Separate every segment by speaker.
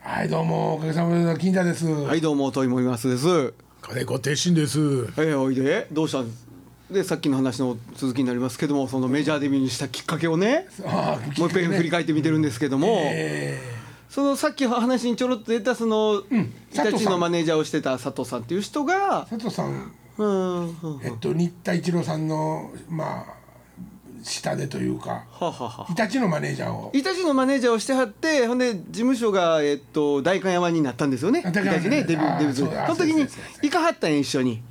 Speaker 1: はいどうもおかげさまで金田です。
Speaker 2: はいどうもといもいますです。
Speaker 1: 金子鉄心です。
Speaker 2: えー、おいでどうしたんですでさっきの話の続きになりますけどもそのメジャーデビューにしたきっかけをね
Speaker 1: ああ
Speaker 2: もう一遍振り返ってみてるんですけども、
Speaker 1: え
Speaker 2: そのさっき話にちょろっと出たその、日
Speaker 1: 佐藤さん
Speaker 2: 立のマネージャーをしてた佐藤さんっていう人が
Speaker 1: ー、佐藤さん
Speaker 2: うんうんは
Speaker 1: えっと新田一郎さんのまあ下でというか
Speaker 2: あはあはあ
Speaker 1: イタチのマネージャーを
Speaker 2: イタチのマネージャーをしてはってほんで事務所が、えっと、代官山になったんですよねイ
Speaker 1: あ
Speaker 2: タ
Speaker 1: 代官山
Speaker 2: チねデビュ
Speaker 1: あー
Speaker 2: ーデビューする
Speaker 1: そうだ
Speaker 2: その時に
Speaker 1: そうそうそう
Speaker 2: 行かはったんや一緒に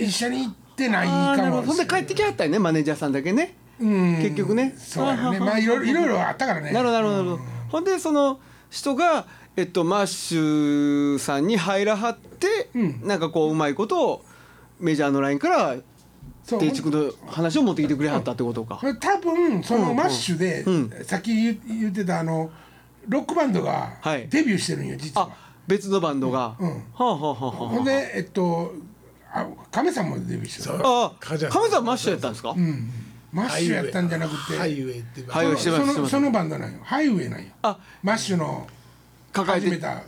Speaker 1: 一緒に行ってない
Speaker 2: ああーな
Speaker 1: か
Speaker 2: るほ
Speaker 1: も
Speaker 2: どほんで帰ってきはったんやねマネージャーさんだけね
Speaker 1: うん
Speaker 2: 結局ね
Speaker 1: そうだ
Speaker 2: あ
Speaker 1: ね
Speaker 2: はは
Speaker 1: まあいろいろいろいろあったからね
Speaker 2: なるほどなるほどなるほどほんでその人が、えっと、マッシュさんに入らはって、なんかこううまいことをメジャーのラインから
Speaker 1: そう
Speaker 2: 定畜の話を持ってきてくれはったってことか
Speaker 1: こ。れ多分そのマッシュで、さっき言言ってたあのロックバンドが
Speaker 2: はい
Speaker 1: デビューしてるんよ実は、
Speaker 2: あ別のバンドが。
Speaker 1: うんうん
Speaker 2: はあはあはあは
Speaker 1: ほんでえっとあ亀さんもデビューしてる
Speaker 2: あ。あ
Speaker 3: カジャ
Speaker 2: 亀さんマッシュやったんですか、
Speaker 1: マッシュやったんじゃなくて
Speaker 3: ハイウェイっていう
Speaker 2: ハイウェイして
Speaker 1: そ
Speaker 2: ますして
Speaker 1: の
Speaker 2: ます
Speaker 1: そのバンドなんよハイウェイなんよ
Speaker 2: あ
Speaker 1: マッシュの
Speaker 2: 抱え
Speaker 1: 始め
Speaker 2: て
Speaker 1: た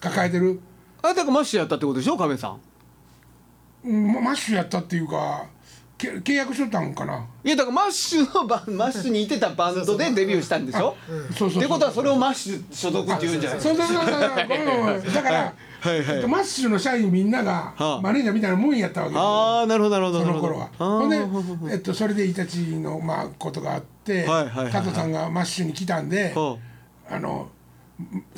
Speaker 1: 抱えてる
Speaker 2: あだからマッシュやったってことでしょ亀さん
Speaker 1: うんマッシュやったっていうかけ契約しとったんかない
Speaker 2: やだからマッシュのバ ンマッシュにいてたバンドでデビューしたんでしょ
Speaker 1: そうそうそう
Speaker 2: ってことはそれをマッシュ所属って言うんじゃない
Speaker 1: そうそうそうそうごめんごめんだから、えっとマッシュの社員みんなが、
Speaker 2: はあ
Speaker 1: マネージャーみたいなもんやったわけよ
Speaker 2: ああなるほどなるほど
Speaker 1: そ
Speaker 2: なる
Speaker 1: の
Speaker 2: ほど
Speaker 1: 頃はほんで、えっと、それでイタチの、まあ、ことがあって、
Speaker 2: はいはいはいはい
Speaker 1: 佐藤さんがマッシュに来たんで、
Speaker 2: は
Speaker 1: あの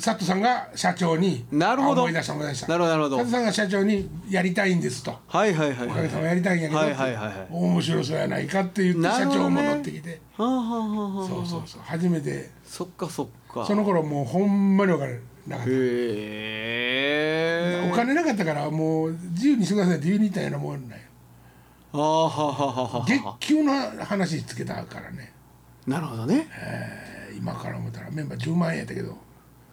Speaker 1: 佐藤さんが社長に
Speaker 2: なるほど
Speaker 1: あ思い出した思い出した
Speaker 2: なるほどなるほど
Speaker 1: 佐藤さんが社長にやりたいんですと
Speaker 2: はいはいはい
Speaker 1: お
Speaker 2: は
Speaker 1: か
Speaker 2: い
Speaker 1: げさまでやりたいんやけど、
Speaker 2: はいはいはいはい
Speaker 1: 面白そうやないかって言って
Speaker 2: な
Speaker 1: 社
Speaker 2: るほ
Speaker 1: 長
Speaker 2: ど
Speaker 1: も
Speaker 2: ね
Speaker 1: 乗ってきて、
Speaker 2: はあはあはあはあ
Speaker 1: そうそうそう初めて
Speaker 2: そっかそっか
Speaker 1: その頃もうほんまにお金なかった。
Speaker 2: へえ
Speaker 1: お金なかったからもう自由にしてくださいって言うに行ったようなもんなんよ
Speaker 2: あーはははは
Speaker 1: 月
Speaker 2: は
Speaker 1: 給の話つけたからね
Speaker 2: なるほどね
Speaker 1: 今から思ったらメンバー10万円やったけど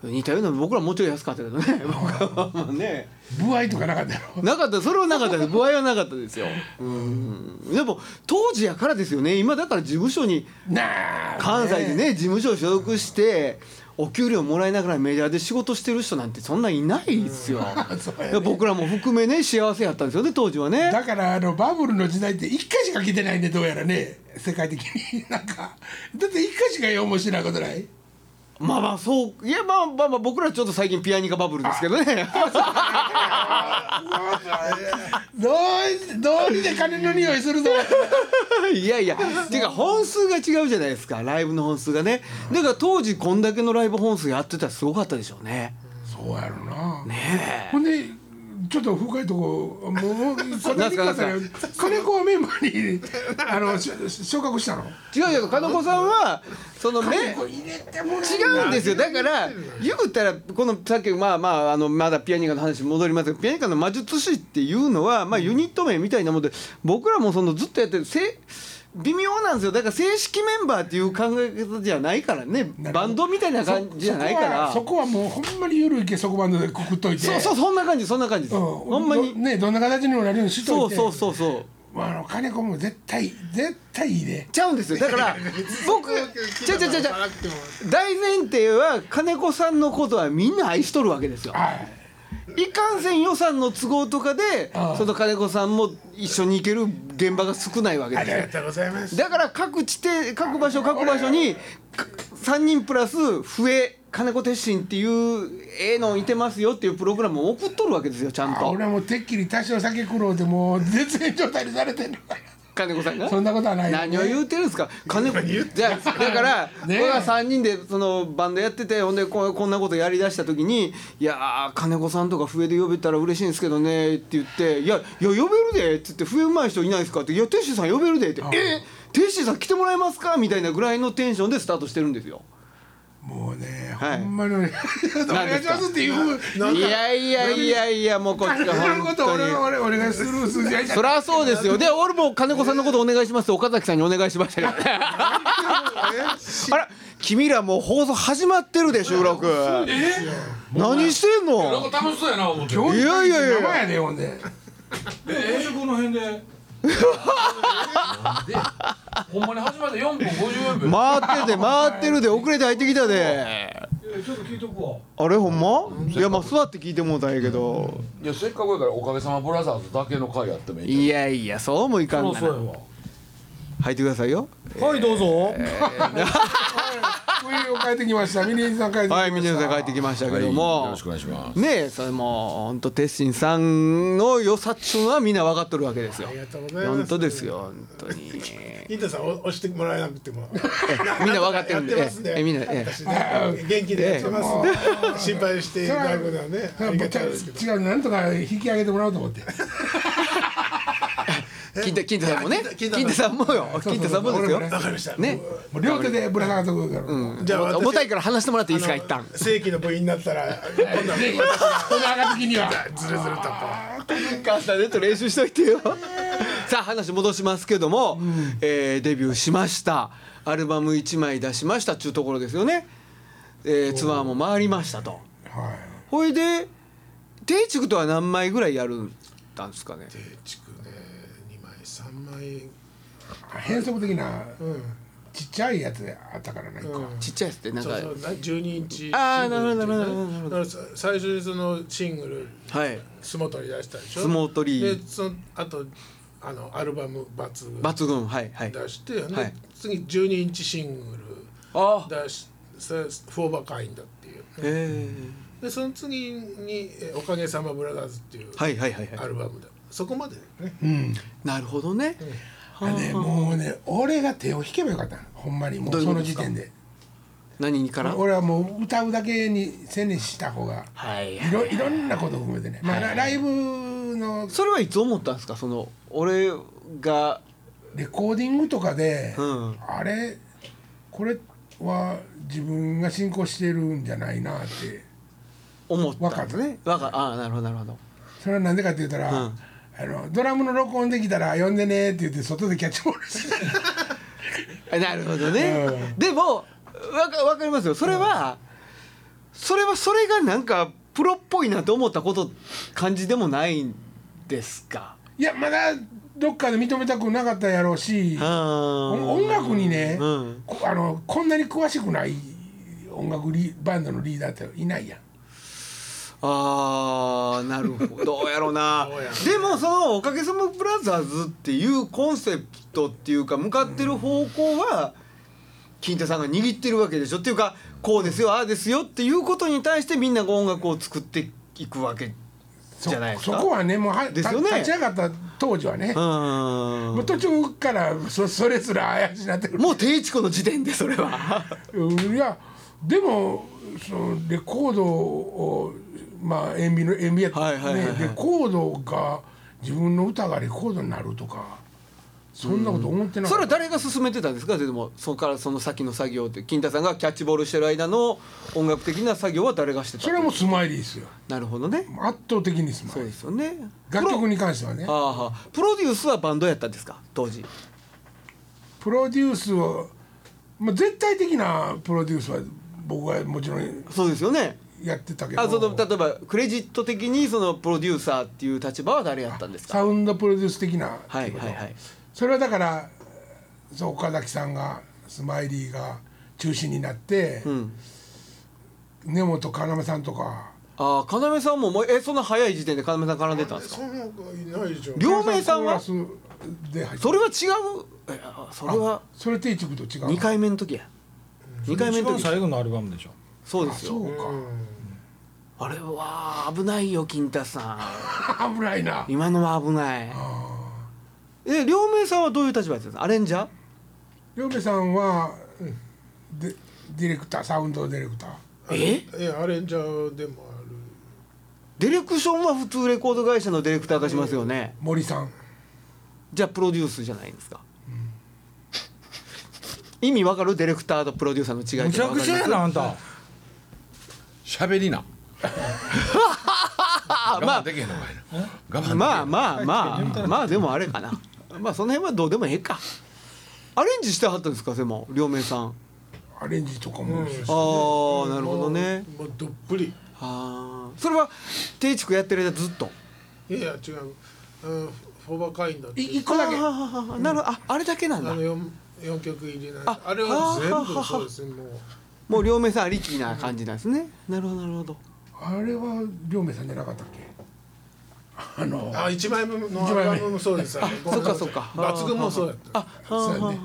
Speaker 2: 似たような僕らもうちょい安かったけどね 僕はまあね
Speaker 1: 部合とかなかったやろ
Speaker 2: なかったそれはなかったです 具合はなかったですようんでも当時やからですよね今だから事務所に
Speaker 1: なあ
Speaker 2: 関西でね事務所所属してお給料もらいながらメジャーで仕事してる人なんてそんないないですよ
Speaker 1: そうやね
Speaker 2: いや僕らも含めね幸せやったんですよね当時はね
Speaker 1: だからあのバブルの時代って1回しか来てないねどうやらね世界的に なんかだって1回しかよ面白いことない
Speaker 2: まあまあそういやまあまあまあ僕らちょっと最近ピアニカバブルですけどね
Speaker 1: どうどうにで金の匂いするぞ
Speaker 2: いやいやていうか本数が違うじゃないですかライブの本数がねだから当時こんだけのライブ本数やってたらすごかったでしょうね
Speaker 1: そうやろな、
Speaker 2: ね
Speaker 1: ほんでちょっと深いとこもうもうこ
Speaker 2: なんすかなんすか
Speaker 1: 金子はメンバーにあのしし昇格したの
Speaker 2: え違う違う金子さんはそのね
Speaker 1: これ入れてもら
Speaker 2: 違うんですよだから言うたらこのさっきまあまああのまだピアニカの話に戻りますけどピアニカの魔術師っていうのはまあユニット名みたいなもんで僕らもそのずっとやってるせ微妙なんですよだから正式メンバーっていう考え方じゃないからね
Speaker 1: なるほど
Speaker 2: バンドみたいな感じじゃないから
Speaker 1: そ
Speaker 2: そ
Speaker 1: こはそこはもうほんまに緩い結束バンドでくくっといて
Speaker 2: うそうそんな感じそんな感じです、
Speaker 1: うん
Speaker 2: ほんまに
Speaker 1: どねどんな形にもなるようにしとい
Speaker 2: そ
Speaker 1: うて
Speaker 2: そうそうそう
Speaker 1: まあ、あの金子も絶対絶対いいね
Speaker 2: ちゃうんですよだから僕ちゃうちゃうちゃうちゃう大前提は金子さんのことはみんな愛しとるわけですよ
Speaker 1: はい
Speaker 2: いかんせん予算の都合とかで
Speaker 1: ああ
Speaker 2: その金子さんも一緒に行ける現場が少ないわけ
Speaker 3: ありが
Speaker 2: で
Speaker 3: とうございますす
Speaker 2: だから各地点各場所各場所にか3人プラス笛金子鉄心っていうええのいてますよっていうプログラムを送っとるわけですよちゃん
Speaker 1: あ
Speaker 2: と
Speaker 1: 俺はもうてっきり多少酒苦労でもう絶縁状態にされてんのか
Speaker 2: 金子さんが
Speaker 1: なそんなことはないよね、
Speaker 2: 何を言うてるんですか金子じゃあだから僕
Speaker 1: ねえ
Speaker 2: が3人でそのバンドやっててほんでこうこんなことやりだした時に「いやー金子さんとか笛で呼べたら嬉しいんですけどね」って言って「いやいや呼べるで」って言って「笛うまい人いないですか?」って「いやテッシーさん呼べるで」って「えテッシーさん来てもらえますか?」みたいなぐらいのテンションでスタートしてるんですよ。
Speaker 1: もうね、
Speaker 2: はい
Speaker 1: ほんまにお 願いしますっていう
Speaker 2: い
Speaker 1: なんか
Speaker 2: やいやいやいやもうこっち
Speaker 1: 金
Speaker 2: は
Speaker 1: 子のこ
Speaker 2: 本
Speaker 1: と
Speaker 2: 当
Speaker 1: 俺は
Speaker 2: に。
Speaker 1: 俺お願いする数字合いじゃ
Speaker 2: そりゃそうですよで俺も金子さんのことお願いしますって岡崎さんにお願いしましたけどねあら君らもう放送始まってるで収録何してんの
Speaker 4: 楽しそうやな思って
Speaker 1: 今日
Speaker 2: いやいやいや
Speaker 1: 生やでほんで
Speaker 4: 夕食の辺でなんでほんまに始まって4分54秒
Speaker 2: 回ってて回ってるで遅れて入ってきたで
Speaker 4: えちょっと聞いとくわ
Speaker 2: あれほんまいやまあ座って聞いてもうたんやけど
Speaker 3: いやせっかくやからおかげさまブラザーズだけの回やってもいいけど
Speaker 2: いやいやそうもいかん
Speaker 4: そう
Speaker 2: が
Speaker 4: そう
Speaker 2: な
Speaker 4: やわ
Speaker 2: 入ってくださいよ
Speaker 5: はいどうぞ、
Speaker 1: 冬を帰ってきました。ミネイさん帰ってきました。
Speaker 2: はい皆さん帰ってきましたけども、
Speaker 3: はいよろしくお願いします
Speaker 2: ねえそれもう本当鉄心さんの良さっちゅうのはみんな分かっとるわけですよ
Speaker 5: ありがとうございます
Speaker 2: 本当ですよ本当に
Speaker 5: インタさんお押してもらえなくても
Speaker 2: みんな分かってるんで
Speaker 5: やってますね
Speaker 2: ええみんなええ
Speaker 5: 私ね元気でやってます心配していただくのはねありがたいですけど
Speaker 1: 違うなんとか引き上げてもらおうと思って
Speaker 2: 金太金太さんもね
Speaker 5: 金
Speaker 2: 金
Speaker 5: 太
Speaker 2: 太さんもよ金太さんもですよ
Speaker 1: そうそうそう俺もね
Speaker 5: わかりました
Speaker 2: ね
Speaker 1: もう両手でぶら下がってくるから、
Speaker 5: じゃあ
Speaker 2: 重たいから話してもらっていいですか
Speaker 5: あの
Speaker 2: 一旦
Speaker 5: 正規の部員になったら今度は
Speaker 1: ぜひこの暁には
Speaker 5: ずるずるとこ
Speaker 2: 簡単でと練習しといてよさあ話戻しますけども、えーデビューしましたアルバム1枚出しましたっちゅうところですよね、えーツアーも回りましたと
Speaker 1: はい
Speaker 2: ほいで定畜とは何枚ぐらいやるんたんですかね
Speaker 5: う地区で2枚3枚
Speaker 1: 変則的な
Speaker 5: うん
Speaker 1: ちっちゃいやつあったからな一個、
Speaker 5: うん
Speaker 2: ちっちゃいやつってなん
Speaker 5: そ
Speaker 2: か
Speaker 5: うそう12インチ
Speaker 2: あーなるほどなるほどなるほど
Speaker 5: だからさ最初にそのシングル
Speaker 2: はい
Speaker 5: 相撲取り出したでしょ
Speaker 2: 相撲取り
Speaker 5: でそのあとあのアルバム「バツ
Speaker 2: 抜群はいはい
Speaker 5: 出して、で
Speaker 2: はい
Speaker 5: 次12インチシングル
Speaker 2: ああ
Speaker 5: 出しそれフォーバーカインだっていう
Speaker 2: え
Speaker 5: でその次にえー「おかげさまブラザーズ」っていう
Speaker 2: ー、はいはいはい
Speaker 5: ア
Speaker 2: はい
Speaker 5: ルバムで、そこまでね
Speaker 1: うん
Speaker 2: なるほどね、
Speaker 1: あねもうね俺が手を引けばよかったのほんまにも
Speaker 2: どう
Speaker 1: う
Speaker 2: いう
Speaker 1: その
Speaker 2: ことです
Speaker 1: 時
Speaker 2: か
Speaker 1: 点で
Speaker 2: 何にから
Speaker 1: 俺はもう歌うだけに専念した方が
Speaker 2: はい
Speaker 1: いろいろんなことを含めてね、まあ、ラライブの
Speaker 2: それはいつ思ったんですかその俺が
Speaker 1: レコーディングとかで、
Speaker 2: うん
Speaker 1: あれこれは自分が進行してるんじゃないなって
Speaker 2: 思った
Speaker 1: わかるね
Speaker 2: わかああなるほどなるほど
Speaker 1: それはなんでかって言ったら、
Speaker 2: うん
Speaker 1: あのドラムの録音できたら呼んでねって言って外でキャッチボール して
Speaker 2: あなるほどね、
Speaker 1: う
Speaker 2: でもわかわかりますよそれは、それはそれがなんかプロっぽいなと思ったこと感じでもないんですか
Speaker 1: いやまだどっかで認めたくなかったやろうし、
Speaker 2: あー
Speaker 1: 音楽にね、
Speaker 2: うん
Speaker 1: こあのこんなに詳しくない音楽リバンドのリーダーっていないやん。
Speaker 2: あーなるほどどうやろうなでもその「おかげさまブラザーズ」っていうコンセプトっていうか向かってる方向は金太さんが握ってるわけでしょっていうかこうですよああですよっていうことに対してみんなが音楽を作っていくわけ
Speaker 1: そ
Speaker 2: じゃないです
Speaker 1: そ
Speaker 2: か
Speaker 1: こはねもうは
Speaker 2: です
Speaker 1: た
Speaker 2: よね
Speaker 1: 立ち上がった当時はね、
Speaker 2: う
Speaker 1: も
Speaker 2: ー
Speaker 1: うん途中からそそれすら怪しなってくる。
Speaker 2: もう定置子の時点でそれ は
Speaker 1: うんいやでもそのレコードをまあ塩ビの塩ビやった
Speaker 2: はいはいはいはい
Speaker 1: レコードが自分の歌がレコードになるとかそんなこと思ってな
Speaker 2: そ
Speaker 1: か
Speaker 2: れは
Speaker 1: った。
Speaker 2: 誰が進めてたんですかでもそこからその先の作業って金太さんがキャッチボールしてる間の音楽的な作業は誰がしてた
Speaker 1: それはもうスマイリーですよ。
Speaker 2: なるほどね
Speaker 1: 圧倒的にスマ
Speaker 2: そう
Speaker 1: イリ
Speaker 2: で
Speaker 1: ー。
Speaker 2: すよね
Speaker 1: 楽曲に関してはね
Speaker 2: は。あはあプロデュースはバンドやったんですか当時
Speaker 1: プロデュースを、まあ、絶対的なプロデュースは僕はもちろん
Speaker 2: そうですよね
Speaker 1: やってたけど
Speaker 2: あその例えばクレジット的にそのプロデューサーっていう立場は誰やったんですか
Speaker 1: サウンドプロデュース的なって
Speaker 2: はい
Speaker 1: こと
Speaker 2: はいはい
Speaker 1: それはだからそう岡崎さんがスマイリーが中心になって、
Speaker 2: うん
Speaker 1: 根本かなめさんとか
Speaker 2: ああ要さんももうえそんな早い時点で要さん絡んでたんです
Speaker 5: そ
Speaker 2: か
Speaker 5: んなのいないでしょ
Speaker 2: 両名さんは
Speaker 1: コーラスで入って
Speaker 2: それは違うえあそれは
Speaker 1: それ定着と違う
Speaker 2: 2回目の時や2回目
Speaker 4: 一
Speaker 2: の
Speaker 4: 番
Speaker 2: 時
Speaker 4: 最後のアルバムでしょ
Speaker 2: そうで
Speaker 1: あ
Speaker 2: す
Speaker 1: そ
Speaker 2: よ
Speaker 1: うか、
Speaker 2: あれは危ないよ金太さん
Speaker 1: 危ないな
Speaker 2: 今のは危ないえ両名さんはどういう立場やってたんですかアレンジャー
Speaker 1: 両名さんは、でディレクターサウンドディレクター
Speaker 2: え
Speaker 5: いやアレンジャーでもある
Speaker 2: ディレクションは普通レコード会社のディレクターがしますよね
Speaker 1: 森さん
Speaker 2: じゃあプロデュースじゃないんですか、意味わかるディレクターとプロデューサーの違い
Speaker 4: む
Speaker 2: って
Speaker 4: ちゃ
Speaker 2: わか
Speaker 4: く
Speaker 2: り
Speaker 4: ちゃやなあんた
Speaker 3: 喋りな我慢できへんのかいな我慢できへんの
Speaker 2: まあまあまあまあでもあれかなまあその辺はどうでもええかアレンジしてはったんですかでも両名さん
Speaker 1: アレンジとかも、
Speaker 2: ああなるほどね
Speaker 5: もうもうどっぷり
Speaker 2: あーそれは定畜やってる間ずっと
Speaker 5: いやいや違う、うん、フォーバーカインだって
Speaker 1: い一
Speaker 2: あ
Speaker 1: 個だけ
Speaker 2: ーなるああれだけなん
Speaker 5: あ
Speaker 2: だ
Speaker 5: の四四曲入りのやつ
Speaker 2: あ
Speaker 5: あれは全部そうですねもう
Speaker 2: もう両目さんありきな感じなんですね。なるほどなるほど。
Speaker 1: あれは両名さんじゃなかったっけあの
Speaker 5: あ一枚目の
Speaker 1: 一
Speaker 5: ア
Speaker 1: 枚目
Speaker 5: ルバムもそうです。そ
Speaker 2: そっかそっか
Speaker 5: 抜群もそうやった。
Speaker 1: そうやね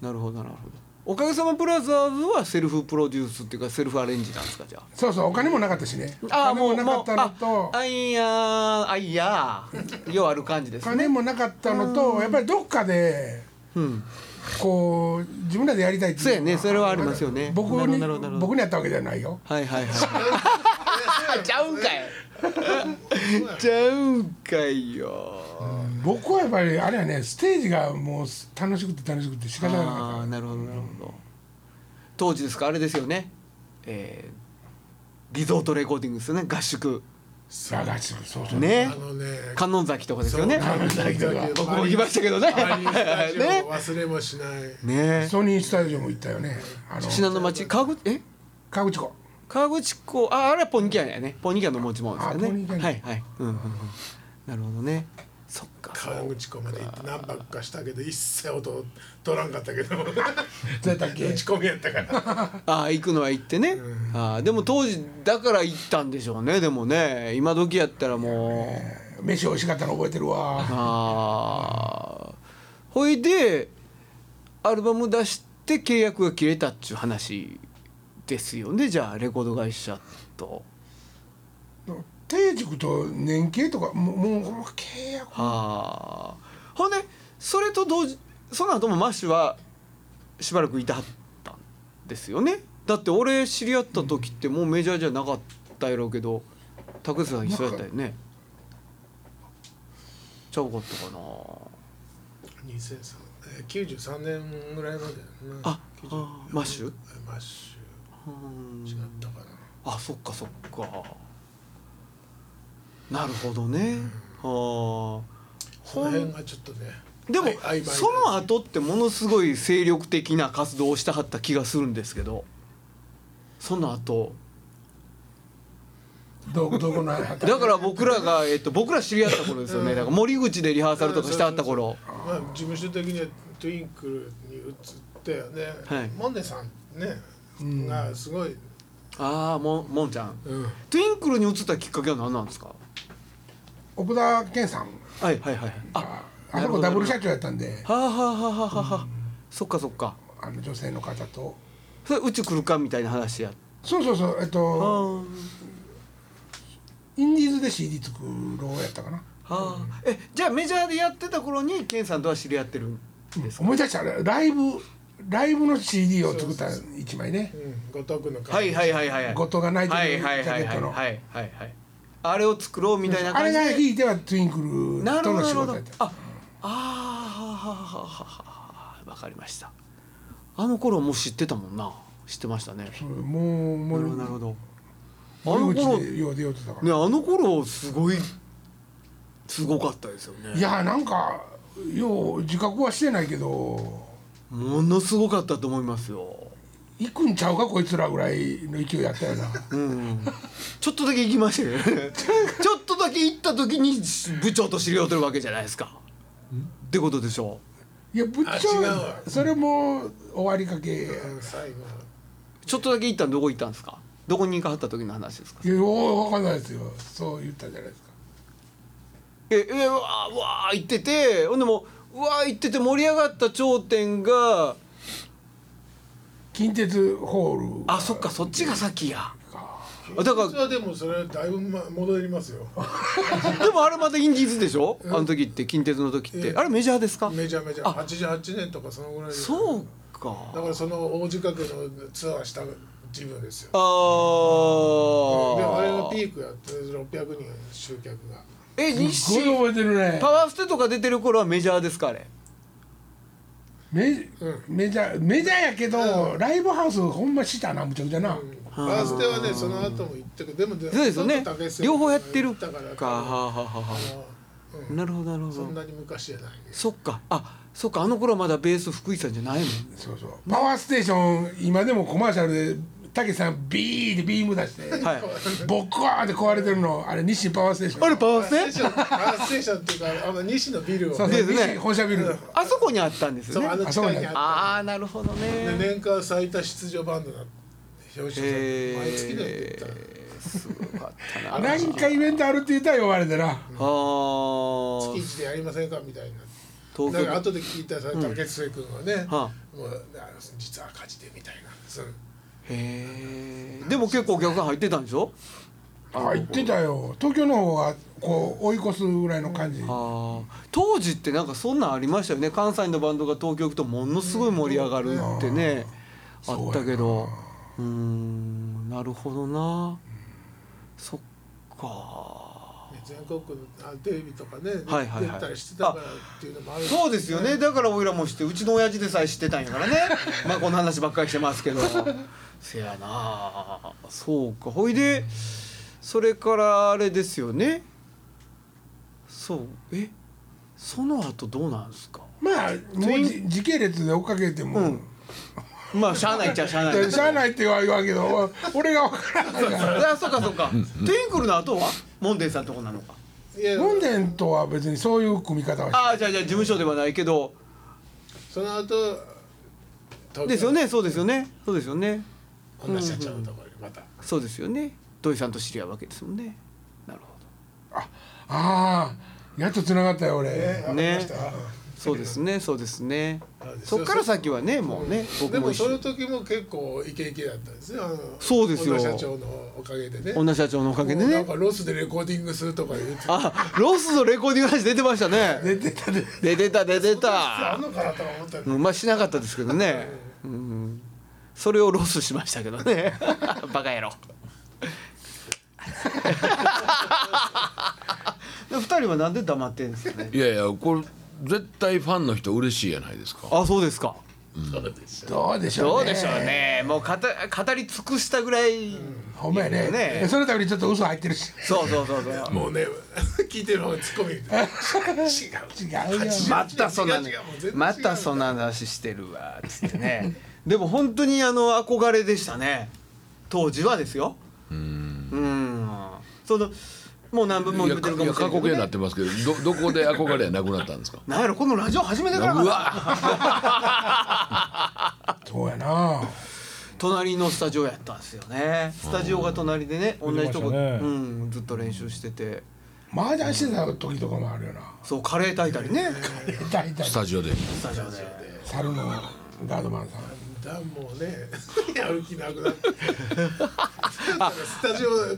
Speaker 2: なるほどなるほど。おかげさまブラザーズはセルフプロデュースっていうかセルフアレンジなんですかじゃあ。
Speaker 1: そうそうお金もなかったしねお金もなかったのと
Speaker 2: あいやーあいやーようある感じで
Speaker 1: お
Speaker 2: すね。
Speaker 1: 金もなかったのとやっぱりどっかで
Speaker 2: うん。
Speaker 1: こう自分らでやりたいってい
Speaker 2: そうやねそれはありますよね
Speaker 1: 僕
Speaker 2: なるほど
Speaker 1: に
Speaker 2: なるほどなるほど
Speaker 1: 僕にやったわけじゃないよ
Speaker 2: はいはいはい。 ちゃうんかい。 ちゃうんかいよ。
Speaker 1: 僕はやっぱりあれやねステージがもう楽しくて楽しくて仕方がなか
Speaker 2: あ
Speaker 1: っ
Speaker 2: あーなるほどなるほど当時ですかあれですよね、えー、リゾートレコーディングですよね合宿
Speaker 1: たあがちそうそう
Speaker 2: ね
Speaker 5: あのね。
Speaker 2: 観音崎とかですよね
Speaker 5: だけど
Speaker 2: 僕も行きましたけどね
Speaker 5: マリンスタジオ
Speaker 2: ね
Speaker 5: 忘れもしない。
Speaker 2: ね
Speaker 1: ソニースタジオも行ったよねあ
Speaker 2: 信
Speaker 1: の
Speaker 2: 濃町川口え
Speaker 1: 河口湖
Speaker 2: 川口湖ああれはポニキャンやねポニキャンの持ち物ですよ
Speaker 1: あポニ
Speaker 2: ね
Speaker 1: キャン
Speaker 2: はいはいうんうんうんなるほどねそっか
Speaker 5: 川口湖まで行って何泊かしたけど一切音取らんかったけど
Speaker 1: そうやったっけ
Speaker 5: 打ち込みやったから
Speaker 2: ああ行くのは行ってね、ああでも当時だから行ったんでしょうねでもね今時やったらもう。
Speaker 1: 飯美味しかったの覚えてるわ
Speaker 2: ああほいでアルバム出して契約が切れたっちゅう話ですよねじゃあレコード会社と
Speaker 1: 定塾と年契とかもうもう契約
Speaker 2: ああほんでそれと同時その後もマッシュはしばらくいてはったんですよねだって俺知り合った時ってもうメジャーじゃなかったやろうけど竹内さん一緒やったよねちゃうかったかな
Speaker 5: 2003えー93年ぐらいまでやな
Speaker 2: ああマッシュ
Speaker 5: マッシ
Speaker 2: うん
Speaker 5: ュ違ったかな
Speaker 2: あそっかそっかなるほどね、はあ
Speaker 5: その辺がちょっとね
Speaker 2: でも、
Speaker 5: あ曖昧
Speaker 2: その後ってものすごい精力的な活動をしたはった気がするんですけどその後
Speaker 1: どどこの畑
Speaker 2: だから僕ら が、えっと、僕ら知り合った頃ですよねだから森口でリハーサルとかしてはった頃
Speaker 5: まあ事務所的にはトゥインクルに移ってね、
Speaker 2: はい
Speaker 5: モンデさんね、がすごい、
Speaker 2: ああもんもんちゃん
Speaker 5: うん、
Speaker 2: トゥインクルに移ったきっかけは何なんですか
Speaker 1: 奥田健さん
Speaker 2: はいはいはいあ
Speaker 1: ああそこダブル社長やったんで
Speaker 2: はあはあはあはあはあそっかそっか
Speaker 1: あの女性の方と
Speaker 2: それうち来るかみたいな話やっ
Speaker 1: そうそうそうえったと
Speaker 2: あー
Speaker 1: インディーズで CD 作ろうやったかな
Speaker 2: はあ、えじゃあメジャーでやってた頃にケンさんとは知り合ってるんですか、
Speaker 1: 思い出したあれライブライブの CD を作った一枚ね
Speaker 5: うん、後藤君の顔
Speaker 2: はいはいはいはいはい
Speaker 1: 後藤が泣いて
Speaker 2: はい
Speaker 1: るジ
Speaker 2: はい
Speaker 1: ャ
Speaker 2: は
Speaker 1: ケ
Speaker 2: い
Speaker 1: ッ
Speaker 2: はい
Speaker 1: ト
Speaker 2: は
Speaker 1: の
Speaker 2: いはいはいあれを作ろうみたいな
Speaker 1: あ
Speaker 2: 感
Speaker 1: れ
Speaker 2: じで
Speaker 1: がひいてはトゥインクル
Speaker 2: なる
Speaker 1: と
Speaker 2: ほど
Speaker 1: の
Speaker 2: な
Speaker 1: 仕
Speaker 2: るほ
Speaker 1: 事
Speaker 2: ど
Speaker 1: やった
Speaker 2: ああーははははははわかりましたあの頃もう知ってたもんな知ってましたね
Speaker 1: そうもうも
Speaker 2: なるほどなる
Speaker 1: う
Speaker 2: ほどあの
Speaker 1: 森
Speaker 2: 頃
Speaker 1: 口
Speaker 2: ね
Speaker 1: でよう出ようとだから
Speaker 2: あの頃すごいすごかったですよ
Speaker 1: い
Speaker 2: ね
Speaker 1: やなんかよう自覚はしてないけど
Speaker 2: ものすごかったと思いますよ
Speaker 1: 行くんちゃうかこいつらぐらいの勢いやったよな
Speaker 2: ちょっとだけ行きましたけどね ちょっとだけ行った時に部長と知り合うてるわけじゃないですかってことでしょ
Speaker 1: いや部長
Speaker 5: あ違うわ
Speaker 1: それも終わりかけ
Speaker 5: うん最後
Speaker 2: うちょっとだけ行ったのどこ行ったんですかどこに行かはった時の話ですか
Speaker 1: いやよう分かんないですよそう言ったじゃないですか
Speaker 2: ええうわーうわー行っててほんでもううわー行ってて盛り上がった頂点が
Speaker 1: 近鉄ホール
Speaker 2: あそっかそっちが先や あだ
Speaker 5: だ
Speaker 2: か
Speaker 5: かららでもそれだいぶま戻りますよ
Speaker 2: でもあれまたインディーズでしょあの時って近鉄の時って
Speaker 5: え
Speaker 2: あれメジャーですか
Speaker 5: めちゃめちゃ88年とかそのぐらいで
Speaker 2: そうか
Speaker 5: だからその大仕掛けのツアーした自分ですよ
Speaker 2: あ
Speaker 5: であれが
Speaker 2: あ
Speaker 5: ピークやって600人集客が
Speaker 2: え日
Speaker 1: す
Speaker 2: 清
Speaker 1: っごい覚えてるね
Speaker 2: パワーステとか出てる頃はメジャーですかあれ
Speaker 1: メ
Speaker 5: うん
Speaker 1: メジャーメジャーやけど、ライブハウスほんましたなむちゃくちゃな、
Speaker 5: ファーストはねその後も行ってくでもそう
Speaker 2: そうですよね両方やってる
Speaker 5: だから
Speaker 2: かはあはあはあ
Speaker 5: あ
Speaker 2: は
Speaker 5: の
Speaker 2: あなるほどなるほ
Speaker 5: そん
Speaker 2: ど
Speaker 5: なに昔じゃないね
Speaker 2: そっかあそっかあの頃はまだベース福井さんじゃないもん
Speaker 1: そうそうパワーステーション今でもコマーシャルでたけしさんビーでビーム出して、
Speaker 2: はい
Speaker 1: ボッコーンって壊れてるのあれ日清パワーステーション
Speaker 2: あれパワース
Speaker 5: ステー
Speaker 2: テ
Speaker 5: ションパワーステーションっていうかあの西のビル
Speaker 1: そ
Speaker 5: を
Speaker 1: う
Speaker 5: ね
Speaker 1: そう、
Speaker 2: ですね
Speaker 1: 日清本社ビルだ
Speaker 2: あそこにあったんです
Speaker 5: そ
Speaker 2: よ
Speaker 5: う
Speaker 2: ね
Speaker 5: あの地下にあっ
Speaker 2: ああなるほど
Speaker 5: た
Speaker 2: ね
Speaker 5: で年間最多出場バンドだって表彰され
Speaker 2: え
Speaker 5: て
Speaker 2: ー
Speaker 5: 毎月だよって言ったら
Speaker 2: すごかったなあ
Speaker 1: 何かイベントあるって言ったら呼ばれてな
Speaker 5: 月
Speaker 2: ー
Speaker 5: 一でやりませんかみたいな
Speaker 2: 東
Speaker 5: だから
Speaker 2: 京
Speaker 5: 後で聞いたらさ竹内末君はね
Speaker 2: は
Speaker 5: もうあの実は勝ちでみたいなそう
Speaker 2: へえでも結構お客さん入ってたんでしょ
Speaker 1: あ言ってたよ東京の方はこう追い越すぐらいの感じ、
Speaker 2: あー当時ってなんかそんなんありましたよね関西のバンドが東京行くとものすごい盛り上がるってね、
Speaker 1: うん
Speaker 2: あったけどうーんなるほどなそっか
Speaker 5: ね全国のあテレビとかね
Speaker 2: はいはい
Speaker 5: 出
Speaker 2: はい
Speaker 5: たりしてたからっていうのもある
Speaker 2: そうですよねだからおいらもしてうちの親父でさえ知ってたんやからねまあこんな話ばっかりしてますけどせやなあそうかほいでそれからあれですよねそうえその後どうなんですか
Speaker 1: まあもうじ時系列で追っかけても、
Speaker 2: うんまあしゃあないっちゃしゃあない
Speaker 1: でしゃあないって言わ言わんけど俺が分からんから
Speaker 2: あそうかそうか。トゥインクルの後はモンデンさんとこなのか。
Speaker 5: いや
Speaker 1: ロンデンとは別にそういう組み方はし
Speaker 2: ああじゃあじゃあ事務所ではないけど
Speaker 5: その後東京
Speaker 2: ですよねそうですよねそうですよね
Speaker 5: 同じ社長のところにまた
Speaker 2: そうですよね。土井さんと知り合うわけですもんね。なるほ
Speaker 1: ああやっとつながったよ俺、
Speaker 2: ど。ね。そうですねそうですね
Speaker 5: そう。ですよ
Speaker 2: そっから先はねもうね僕
Speaker 5: で
Speaker 2: も
Speaker 5: も
Speaker 2: 一
Speaker 5: そ
Speaker 2: 緒
Speaker 5: の。時も結構イケイケだったんですよあの
Speaker 2: そうですよ
Speaker 5: 小野社長のおかげでね
Speaker 2: 女社長のおかげで
Speaker 5: もうなん
Speaker 2: ね
Speaker 5: か。ロスでレコーディングするとか言って
Speaker 2: あロスのレコーディングの話出てましたね。
Speaker 1: 出てたで
Speaker 2: 出てた出てた
Speaker 5: あん。のかなとは思ったけど
Speaker 2: うんまあしなかったですけどね、うん、それをロスしましたけど ねバカ野郎で二人はなんで黙ってんですかね
Speaker 3: いやいやこれ絶対ファンの人嬉しいじゃないですか
Speaker 2: あそうですか
Speaker 1: どうでしょ
Speaker 2: ど
Speaker 1: う
Speaker 2: う
Speaker 1: ね
Speaker 2: でしょうねもう語語り尽くしたぐらい、
Speaker 1: ほんまやね
Speaker 2: ね
Speaker 1: でそのためにちょっと嘘入ってるし
Speaker 2: そうそうそうそう
Speaker 5: もうね 聞いてる方にツッコミ違う
Speaker 1: 違うよ
Speaker 2: またそんな
Speaker 5: 違う違うもう全然違う
Speaker 2: またそんな話してるわつってね でも本当にあの憧れでしたね当時はですようんそのもう何分も
Speaker 3: いや
Speaker 2: 言ってる
Speaker 3: かい
Speaker 2: かも
Speaker 3: や
Speaker 2: しれ
Speaker 3: 過
Speaker 2: ないけどね
Speaker 3: 酷になってますけどどどこで憧れはなくなったんですか
Speaker 2: なんやろこのラジオ始めて
Speaker 3: う
Speaker 2: からかな
Speaker 3: わ
Speaker 1: そうやな
Speaker 2: 隣のスタジオやったんですよねスタジオが隣でね同じとこ、
Speaker 4: 見てましたね
Speaker 2: うんずっと練習してて
Speaker 1: 麻雀してた時とかもあるよな
Speaker 2: そうカレー炊いたりね
Speaker 1: 大体
Speaker 3: スタジオで
Speaker 2: スタジオで
Speaker 1: 猿のガードマンさん
Speaker 5: だもうね やる気なくなってスタジオね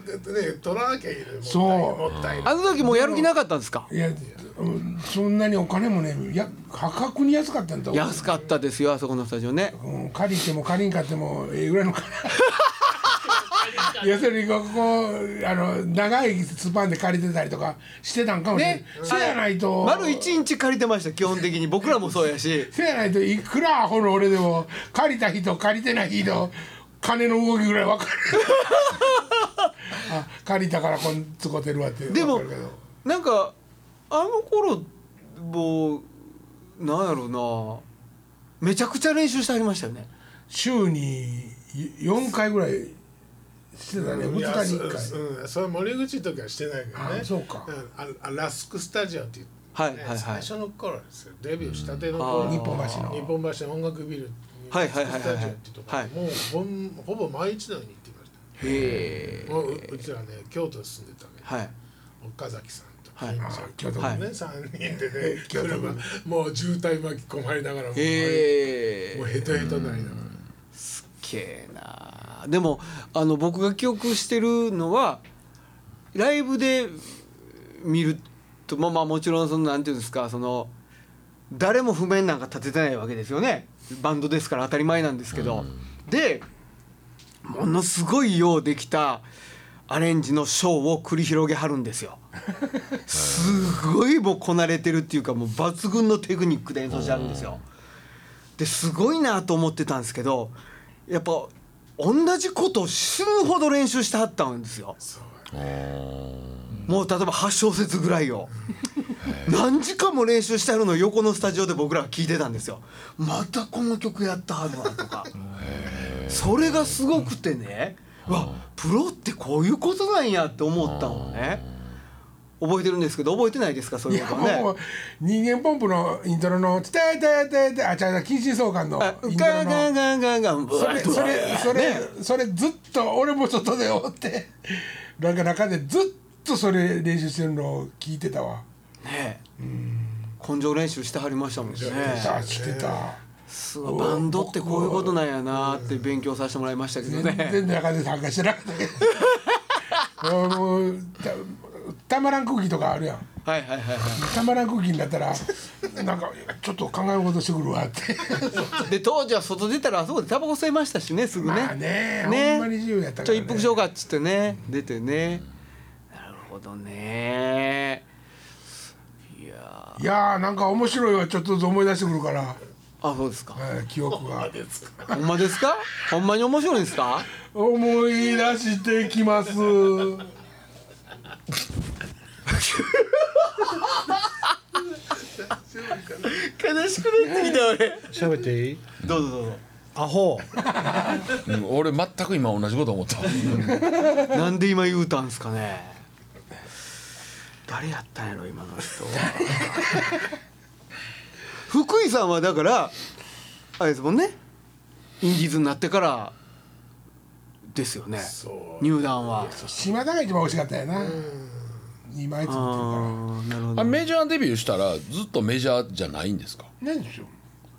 Speaker 5: 取らなきゃいいのに
Speaker 1: そう
Speaker 5: もったいな
Speaker 2: あ
Speaker 5: いもったいない
Speaker 2: の時もうやる気なかったんですか
Speaker 1: いやうんそんなにお金もねや価格に安かったんだと思う
Speaker 2: 安かったですよあそこのスタジオね
Speaker 1: うん借りても借りんかってもええぐらいの 金要するにここあの長いスパンで借りてたりとかしてたんかもしれない、
Speaker 2: ね
Speaker 1: そうやないと
Speaker 2: 丸一日借りてました基本的に僕らもそうやし
Speaker 1: そうやないといくらアホの俺でも借りた日と借りてない日と金の動きぐらい 分かるあ借りたからこんつこてるわって
Speaker 2: でも
Speaker 1: 分かるけど
Speaker 2: なんかあの頃もうなんやろなめちゃくちゃ練習してありましたよね
Speaker 1: 週に4回ぐらいしてたね2
Speaker 5: いや
Speaker 1: 日に1回
Speaker 5: そうん、それ森口の時はしてないけどね
Speaker 1: あそうか
Speaker 5: んあのあラスクスタジオっていう、ね
Speaker 2: はいはいはい
Speaker 5: 最初の頃ですよデビューしたての頃
Speaker 2: うん
Speaker 1: 日本橋の
Speaker 5: 日本橋の音楽ビルに
Speaker 2: はいはいはいはい
Speaker 5: ラスクスタジオっていうところ
Speaker 2: はい
Speaker 5: もうほんほぼ毎日のように行ってまし
Speaker 2: へ
Speaker 5: たもうううちらね京都に住んでたね
Speaker 2: はい
Speaker 5: 岡崎さんと
Speaker 2: は
Speaker 5: か、
Speaker 2: い
Speaker 5: 今
Speaker 1: あ京都
Speaker 5: ね、
Speaker 2: はい
Speaker 5: 3 人でね車もう渋滞巻き込まれながらもう,、
Speaker 2: へえ
Speaker 5: もうヘトヘトになりながら。
Speaker 2: けえなでもあの僕が記憶してるのはライブで見るとまあまあもちろんそのなんていうんですかその誰も譜面なんか立ててないわけですよねバンドですから当たり前なんですけど、でものすごいようできたアレンジのショーを繰り広げはるんですよ。すごいもうこなれてるっていうかもう抜群のテクニックで演奏してあるんですよ。ですごいなと思ってたんですけどやっぱ同じことを死ぬほど練習してはったんですよ。もう例えば8小節ぐらいを何時間も練習してあるのを横のスタジオで僕らは聞いてたんですよまたこの曲やったはるわとかそれがすごくてねわプロってこういうことなんやって思ったのね覚えてるんですけど覚えてないですかそう
Speaker 1: い
Speaker 2: いう
Speaker 1: や
Speaker 2: ことは
Speaker 1: も
Speaker 2: ね
Speaker 1: う人間ポンプのイントロの「ててててて」あ違う違う近親相関の
Speaker 2: あ
Speaker 1: イント
Speaker 2: ガ
Speaker 1: ロ
Speaker 2: ンガン
Speaker 1: の
Speaker 2: ガンガンガン
Speaker 1: それそれそれそれずっと俺も外でおってなんか中でずっとそれ練習してるのを聞いてたわ
Speaker 2: ね根性練習してはりましたもんね
Speaker 1: あしてた
Speaker 2: すごいバンドってこういうことなんやなって勉強させてもらいましたけど
Speaker 1: 全
Speaker 2: ね
Speaker 1: 然中で参加してなかったけどあもうたたまらん空気とかあるやん
Speaker 2: はいはいはいは
Speaker 1: たまらん空気になったらなんかちょっと考え事してくるわって
Speaker 2: いで当時は外出たらあそこでタバコ吸いましたしねすぐね,、
Speaker 1: ま あねほんまに自由やったからね
Speaker 2: ちょ一服しようかっつってね出てねなるほどねいや
Speaker 1: いやーなんか面白いわちょっとずつ思い出してくるから、
Speaker 2: ーあそうですか
Speaker 1: えー記憶が
Speaker 2: ほんまですかほんまに面白いんですか
Speaker 1: 思い出してきます
Speaker 2: 悲しくなってきた俺
Speaker 6: 喋っていい
Speaker 2: どうぞどうぞ
Speaker 6: アホ
Speaker 3: うん俺全く今同じこと思った
Speaker 2: なんで今言うたんすかね誰やったんやろ今の人 福井さんはだからあれですもんねインディーズになってからですよね
Speaker 5: そう
Speaker 2: 入団は
Speaker 1: 島田が一番惜しかったよな2枚つってるか
Speaker 2: ああなるほ
Speaker 3: あ
Speaker 2: ど
Speaker 3: メジャーデビューしたらずっとメジャーじゃないんですから
Speaker 1: なんでしょう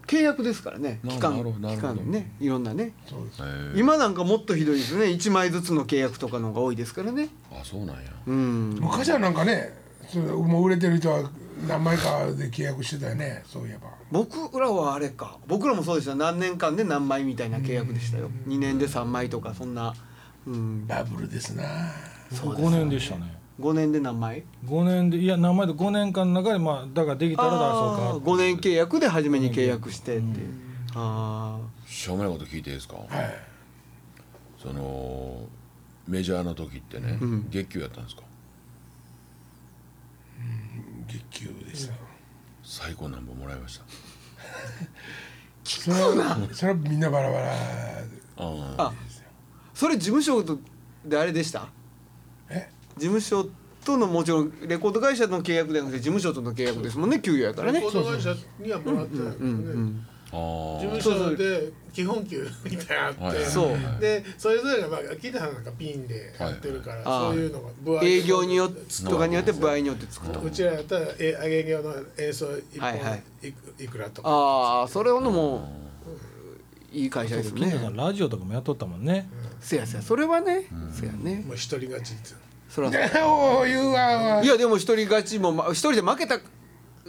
Speaker 2: 契約ですからね
Speaker 3: な
Speaker 2: 期
Speaker 3: な
Speaker 2: 間
Speaker 3: るほど
Speaker 2: 期
Speaker 3: なるほど
Speaker 2: 間ねいろんなね
Speaker 1: そうです
Speaker 2: 今なんかもっとひどいですね1枚ずつの契約とかの方が多いですからね
Speaker 3: あそうなんや
Speaker 2: うん
Speaker 1: 昔はなんかねそうもう売れてる人は何枚かで契約してたよねそういえば
Speaker 2: 僕らはあれか僕らもそうでした何年間で何枚みたいな契約でしたよ2年で3枚とかそんな、うん、
Speaker 1: バブルですな
Speaker 6: 5年でしたね
Speaker 2: 5年で何枚
Speaker 6: 5年でいや名前で5年間の中でまあだからできたらだからそうか
Speaker 2: 5年契約で初めに契約してっていう、あ
Speaker 3: しょうもないこと聞いていいですか
Speaker 1: はい
Speaker 3: そのメジャーの時ってね、
Speaker 2: うん
Speaker 3: 月給やったんですか
Speaker 1: 月給でした
Speaker 3: 最高なんぼもらいました
Speaker 1: それはそれはみんなバラバラ
Speaker 3: あ
Speaker 2: あーそれ事務所とであれでした
Speaker 1: え
Speaker 2: 事務所とのもちろんレコード会社の契約ではなくて事務所との契約ですもんね給与やからね
Speaker 5: レコード会社にはもらってないです
Speaker 2: うんう
Speaker 5: ね
Speaker 2: ん
Speaker 3: あー
Speaker 5: 事務所で基本給みたいなのあっ
Speaker 3: はい
Speaker 5: て
Speaker 2: そう
Speaker 5: でそれぞれがまあ秋田さんなんかピンでやってるから、
Speaker 2: はい
Speaker 5: そういうのが部合
Speaker 2: 営業によってとかによって場合によってつくと
Speaker 5: うちらやったらえ営業の演奏一本
Speaker 2: はいはい
Speaker 5: いくいくらとか
Speaker 2: ああそれはのもういい会社です
Speaker 6: 金田さ
Speaker 2: ね
Speaker 6: んラジオとかもやっとったもんね
Speaker 2: せやせやそれはねせやね
Speaker 5: もう一人勝ちっていう
Speaker 2: そら
Speaker 1: おお言うわわ
Speaker 2: いやでも一人勝ちもま一人で負けた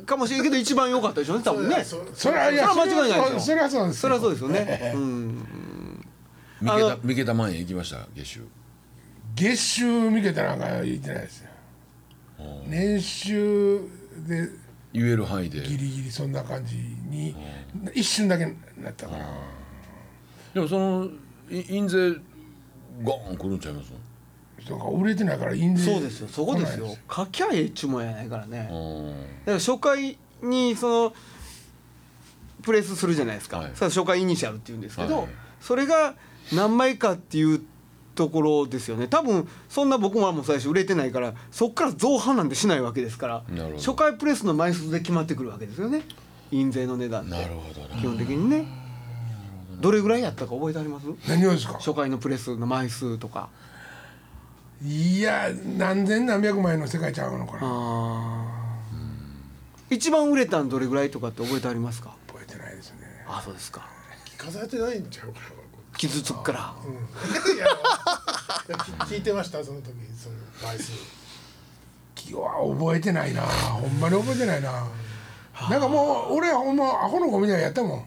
Speaker 2: かもしれんけど一番良かったでしょうね多分ね
Speaker 5: それは
Speaker 1: それはいや
Speaker 2: それは間違いないですよ
Speaker 1: それはそうですよ
Speaker 2: それはそうですよねうん
Speaker 3: 三
Speaker 2: あの
Speaker 3: 桁三桁万円行きました月収
Speaker 1: 月収見けたなんか言ってないですよ
Speaker 3: うん
Speaker 1: 年収で
Speaker 3: 言える範囲で
Speaker 1: ギリギリそんな感じに一瞬だけなったから
Speaker 3: でもそのい印税ゴーン来るんちゃいます
Speaker 1: そうか売れてないから印税
Speaker 2: そうですよそこですよ書きゃええっちゅうもんやないからね
Speaker 3: うん
Speaker 2: だから初回にそのプレスするじゃないですか、
Speaker 3: はい
Speaker 2: それは初回イニシャルっていうんですけど、
Speaker 3: はい
Speaker 2: それが何枚かっていうところですよね多分そんな僕ももう最初売れてないからそっから増版なんてしないわけですから
Speaker 3: なるほど
Speaker 2: 初回プレスの枚数で決まってくるわけですよね印税の値段って
Speaker 3: なるほどな
Speaker 2: 基本的にねどれぐらいやったか覚えてあります
Speaker 1: 何をですか
Speaker 2: 初回のプレスの枚数とか
Speaker 1: いや何千何百枚の世界ちゃうのかな
Speaker 2: あー一番売れたんどれぐらいとかって覚えてありますか
Speaker 1: 覚えてないですね
Speaker 2: あそうですか
Speaker 5: 聞かされてないんちゃうか
Speaker 2: 傷つくから
Speaker 5: ないや 聞いてましたその時その倍数
Speaker 1: いや覚えてないなほんまに覚えてないななんかもう俺ほんまアホの子みたいにやったもん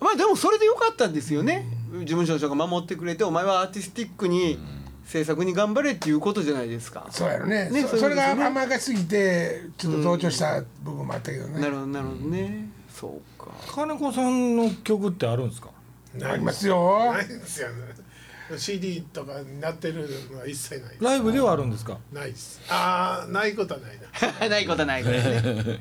Speaker 2: まあでもそれでよかったんですよね、事務所の人が守ってくれてお前はアーティスティックに制作に頑張れっていうことじゃないですか、
Speaker 1: そうやろねそ
Speaker 2: ねそういうこと
Speaker 1: それが
Speaker 2: ですね
Speaker 1: 甘がしすぎてちょっと同調した部分もあったけど
Speaker 2: な
Speaker 1: ね
Speaker 2: るほどなるほどね、そうか
Speaker 6: 金子さんの曲ってあるんですか
Speaker 1: ありますよ
Speaker 5: ないんですよね CD とかになってるのは一切ない
Speaker 6: ライブではあるんですか
Speaker 5: ないですああないことはないな
Speaker 2: ないことはないことね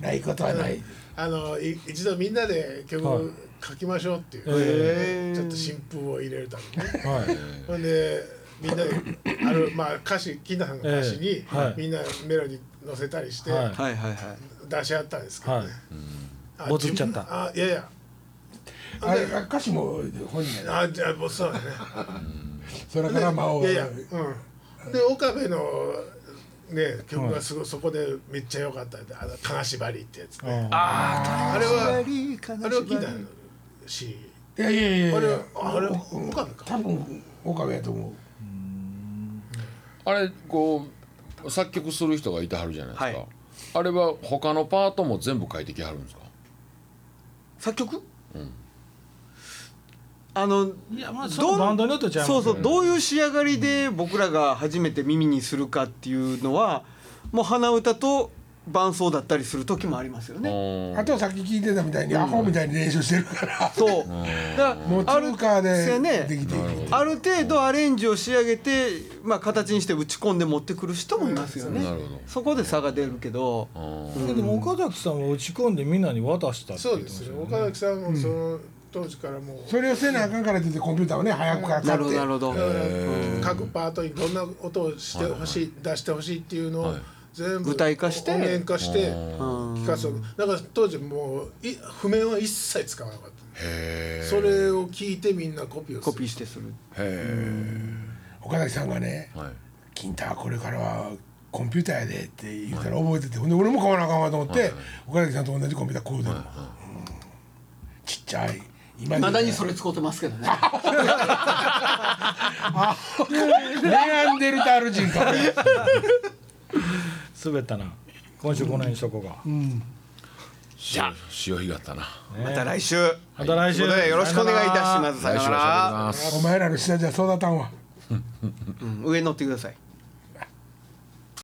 Speaker 1: ないことはない
Speaker 5: あのい一度みんなで曲
Speaker 6: はい
Speaker 5: を書きましょうっていう、
Speaker 2: へー
Speaker 5: ちょっと新風を入れるためにね
Speaker 6: はい
Speaker 5: ほんでみんなであ るまあ歌詞金田さんの歌詞に
Speaker 6: ええはい
Speaker 5: みんなメロディー乗せたりして
Speaker 6: は
Speaker 2: は
Speaker 6: い
Speaker 2: いはいはい
Speaker 5: 出し合ったんですけど
Speaker 6: は
Speaker 5: ね、
Speaker 6: い
Speaker 5: あ
Speaker 6: ボツっちゃった
Speaker 5: 自分あいやいや
Speaker 1: あれ歌詞も本人やな
Speaker 5: あじゃあもうそうだね
Speaker 1: それからまあ
Speaker 5: いやいやうんで岡部のね曲がすごいそこでめっちゃ良かったってあの「金縛り」ってやつね
Speaker 6: あ
Speaker 5: あれはあ
Speaker 2: あ
Speaker 5: れは金田のし
Speaker 1: いやいやいやいや
Speaker 5: あれあれ岡部か
Speaker 1: 多分岡部やと思う
Speaker 3: あれこう作曲する人がいてはるじゃないですか、
Speaker 2: はい
Speaker 3: あれは他のパートも全部書いてきはるんですか
Speaker 2: 作曲、あの
Speaker 6: いやまあ
Speaker 2: どん
Speaker 6: そのバンドによってちゃい
Speaker 2: そ
Speaker 6: ま
Speaker 2: う
Speaker 6: す
Speaker 2: そうどういう仕上がりで僕らが初めて耳にするかっていうのはもう鼻歌と伴奏だったりする時もありますよね。
Speaker 3: うん
Speaker 1: あとさっき聞いてたみたいにアホみたいに練習してるから
Speaker 2: そうだ
Speaker 1: もうツ
Speaker 2: からある
Speaker 1: ーカー
Speaker 2: そうや
Speaker 1: で
Speaker 2: ね
Speaker 1: できている
Speaker 2: ある程度アレンジを仕上げて、まあ、形にして打ち込んで持ってくる人もいますよね、
Speaker 3: なるほど
Speaker 2: そこで差が出るけど、
Speaker 3: うん
Speaker 6: でも岡崎さんは打ち込んでみんなに渡したって言
Speaker 5: そ
Speaker 6: っ
Speaker 5: う
Speaker 6: てま
Speaker 5: ですす
Speaker 6: よ
Speaker 5: ね岡崎さんもその当時からもう
Speaker 1: それをせなあかんからって言ってコンピューターをね早くから
Speaker 2: な
Speaker 1: 買
Speaker 2: る
Speaker 1: っ
Speaker 2: ほ
Speaker 1: て
Speaker 2: どなるほど
Speaker 5: だから各パートにどんな音をしてほしい、出してほしいっていうのを
Speaker 3: はい
Speaker 5: 全部
Speaker 2: 具体化して
Speaker 5: 音源化して
Speaker 2: ん
Speaker 5: 聞かせてだから当時もうい譜面は一切使わなかった
Speaker 3: へ
Speaker 5: それを聞いてみんなコピーをする
Speaker 2: コピーしてする
Speaker 3: えへ
Speaker 1: 岡崎さんがね
Speaker 3: えはい
Speaker 1: 「金太はこれからはコンピューターやで」って言ったら覚えててほんで俺も買わなあかんわと思って岡崎さんと同じコンピューターこうでもちっちゃい今
Speaker 2: まだに
Speaker 1: で
Speaker 2: それ使ってますけどね
Speaker 1: 悩んでるタール人か俺
Speaker 6: 滑ったな今週この辺にしとこうか、
Speaker 3: 潮潮干ったな
Speaker 2: また来週
Speaker 6: また来
Speaker 2: とい
Speaker 6: 週
Speaker 2: うことでよろしくお願いいたしますさ
Speaker 3: 来
Speaker 2: よ
Speaker 3: 週
Speaker 2: な
Speaker 3: は
Speaker 2: ら、
Speaker 3: ます
Speaker 1: お前らの下じゃ育たんわ
Speaker 2: うん、上に乗ってください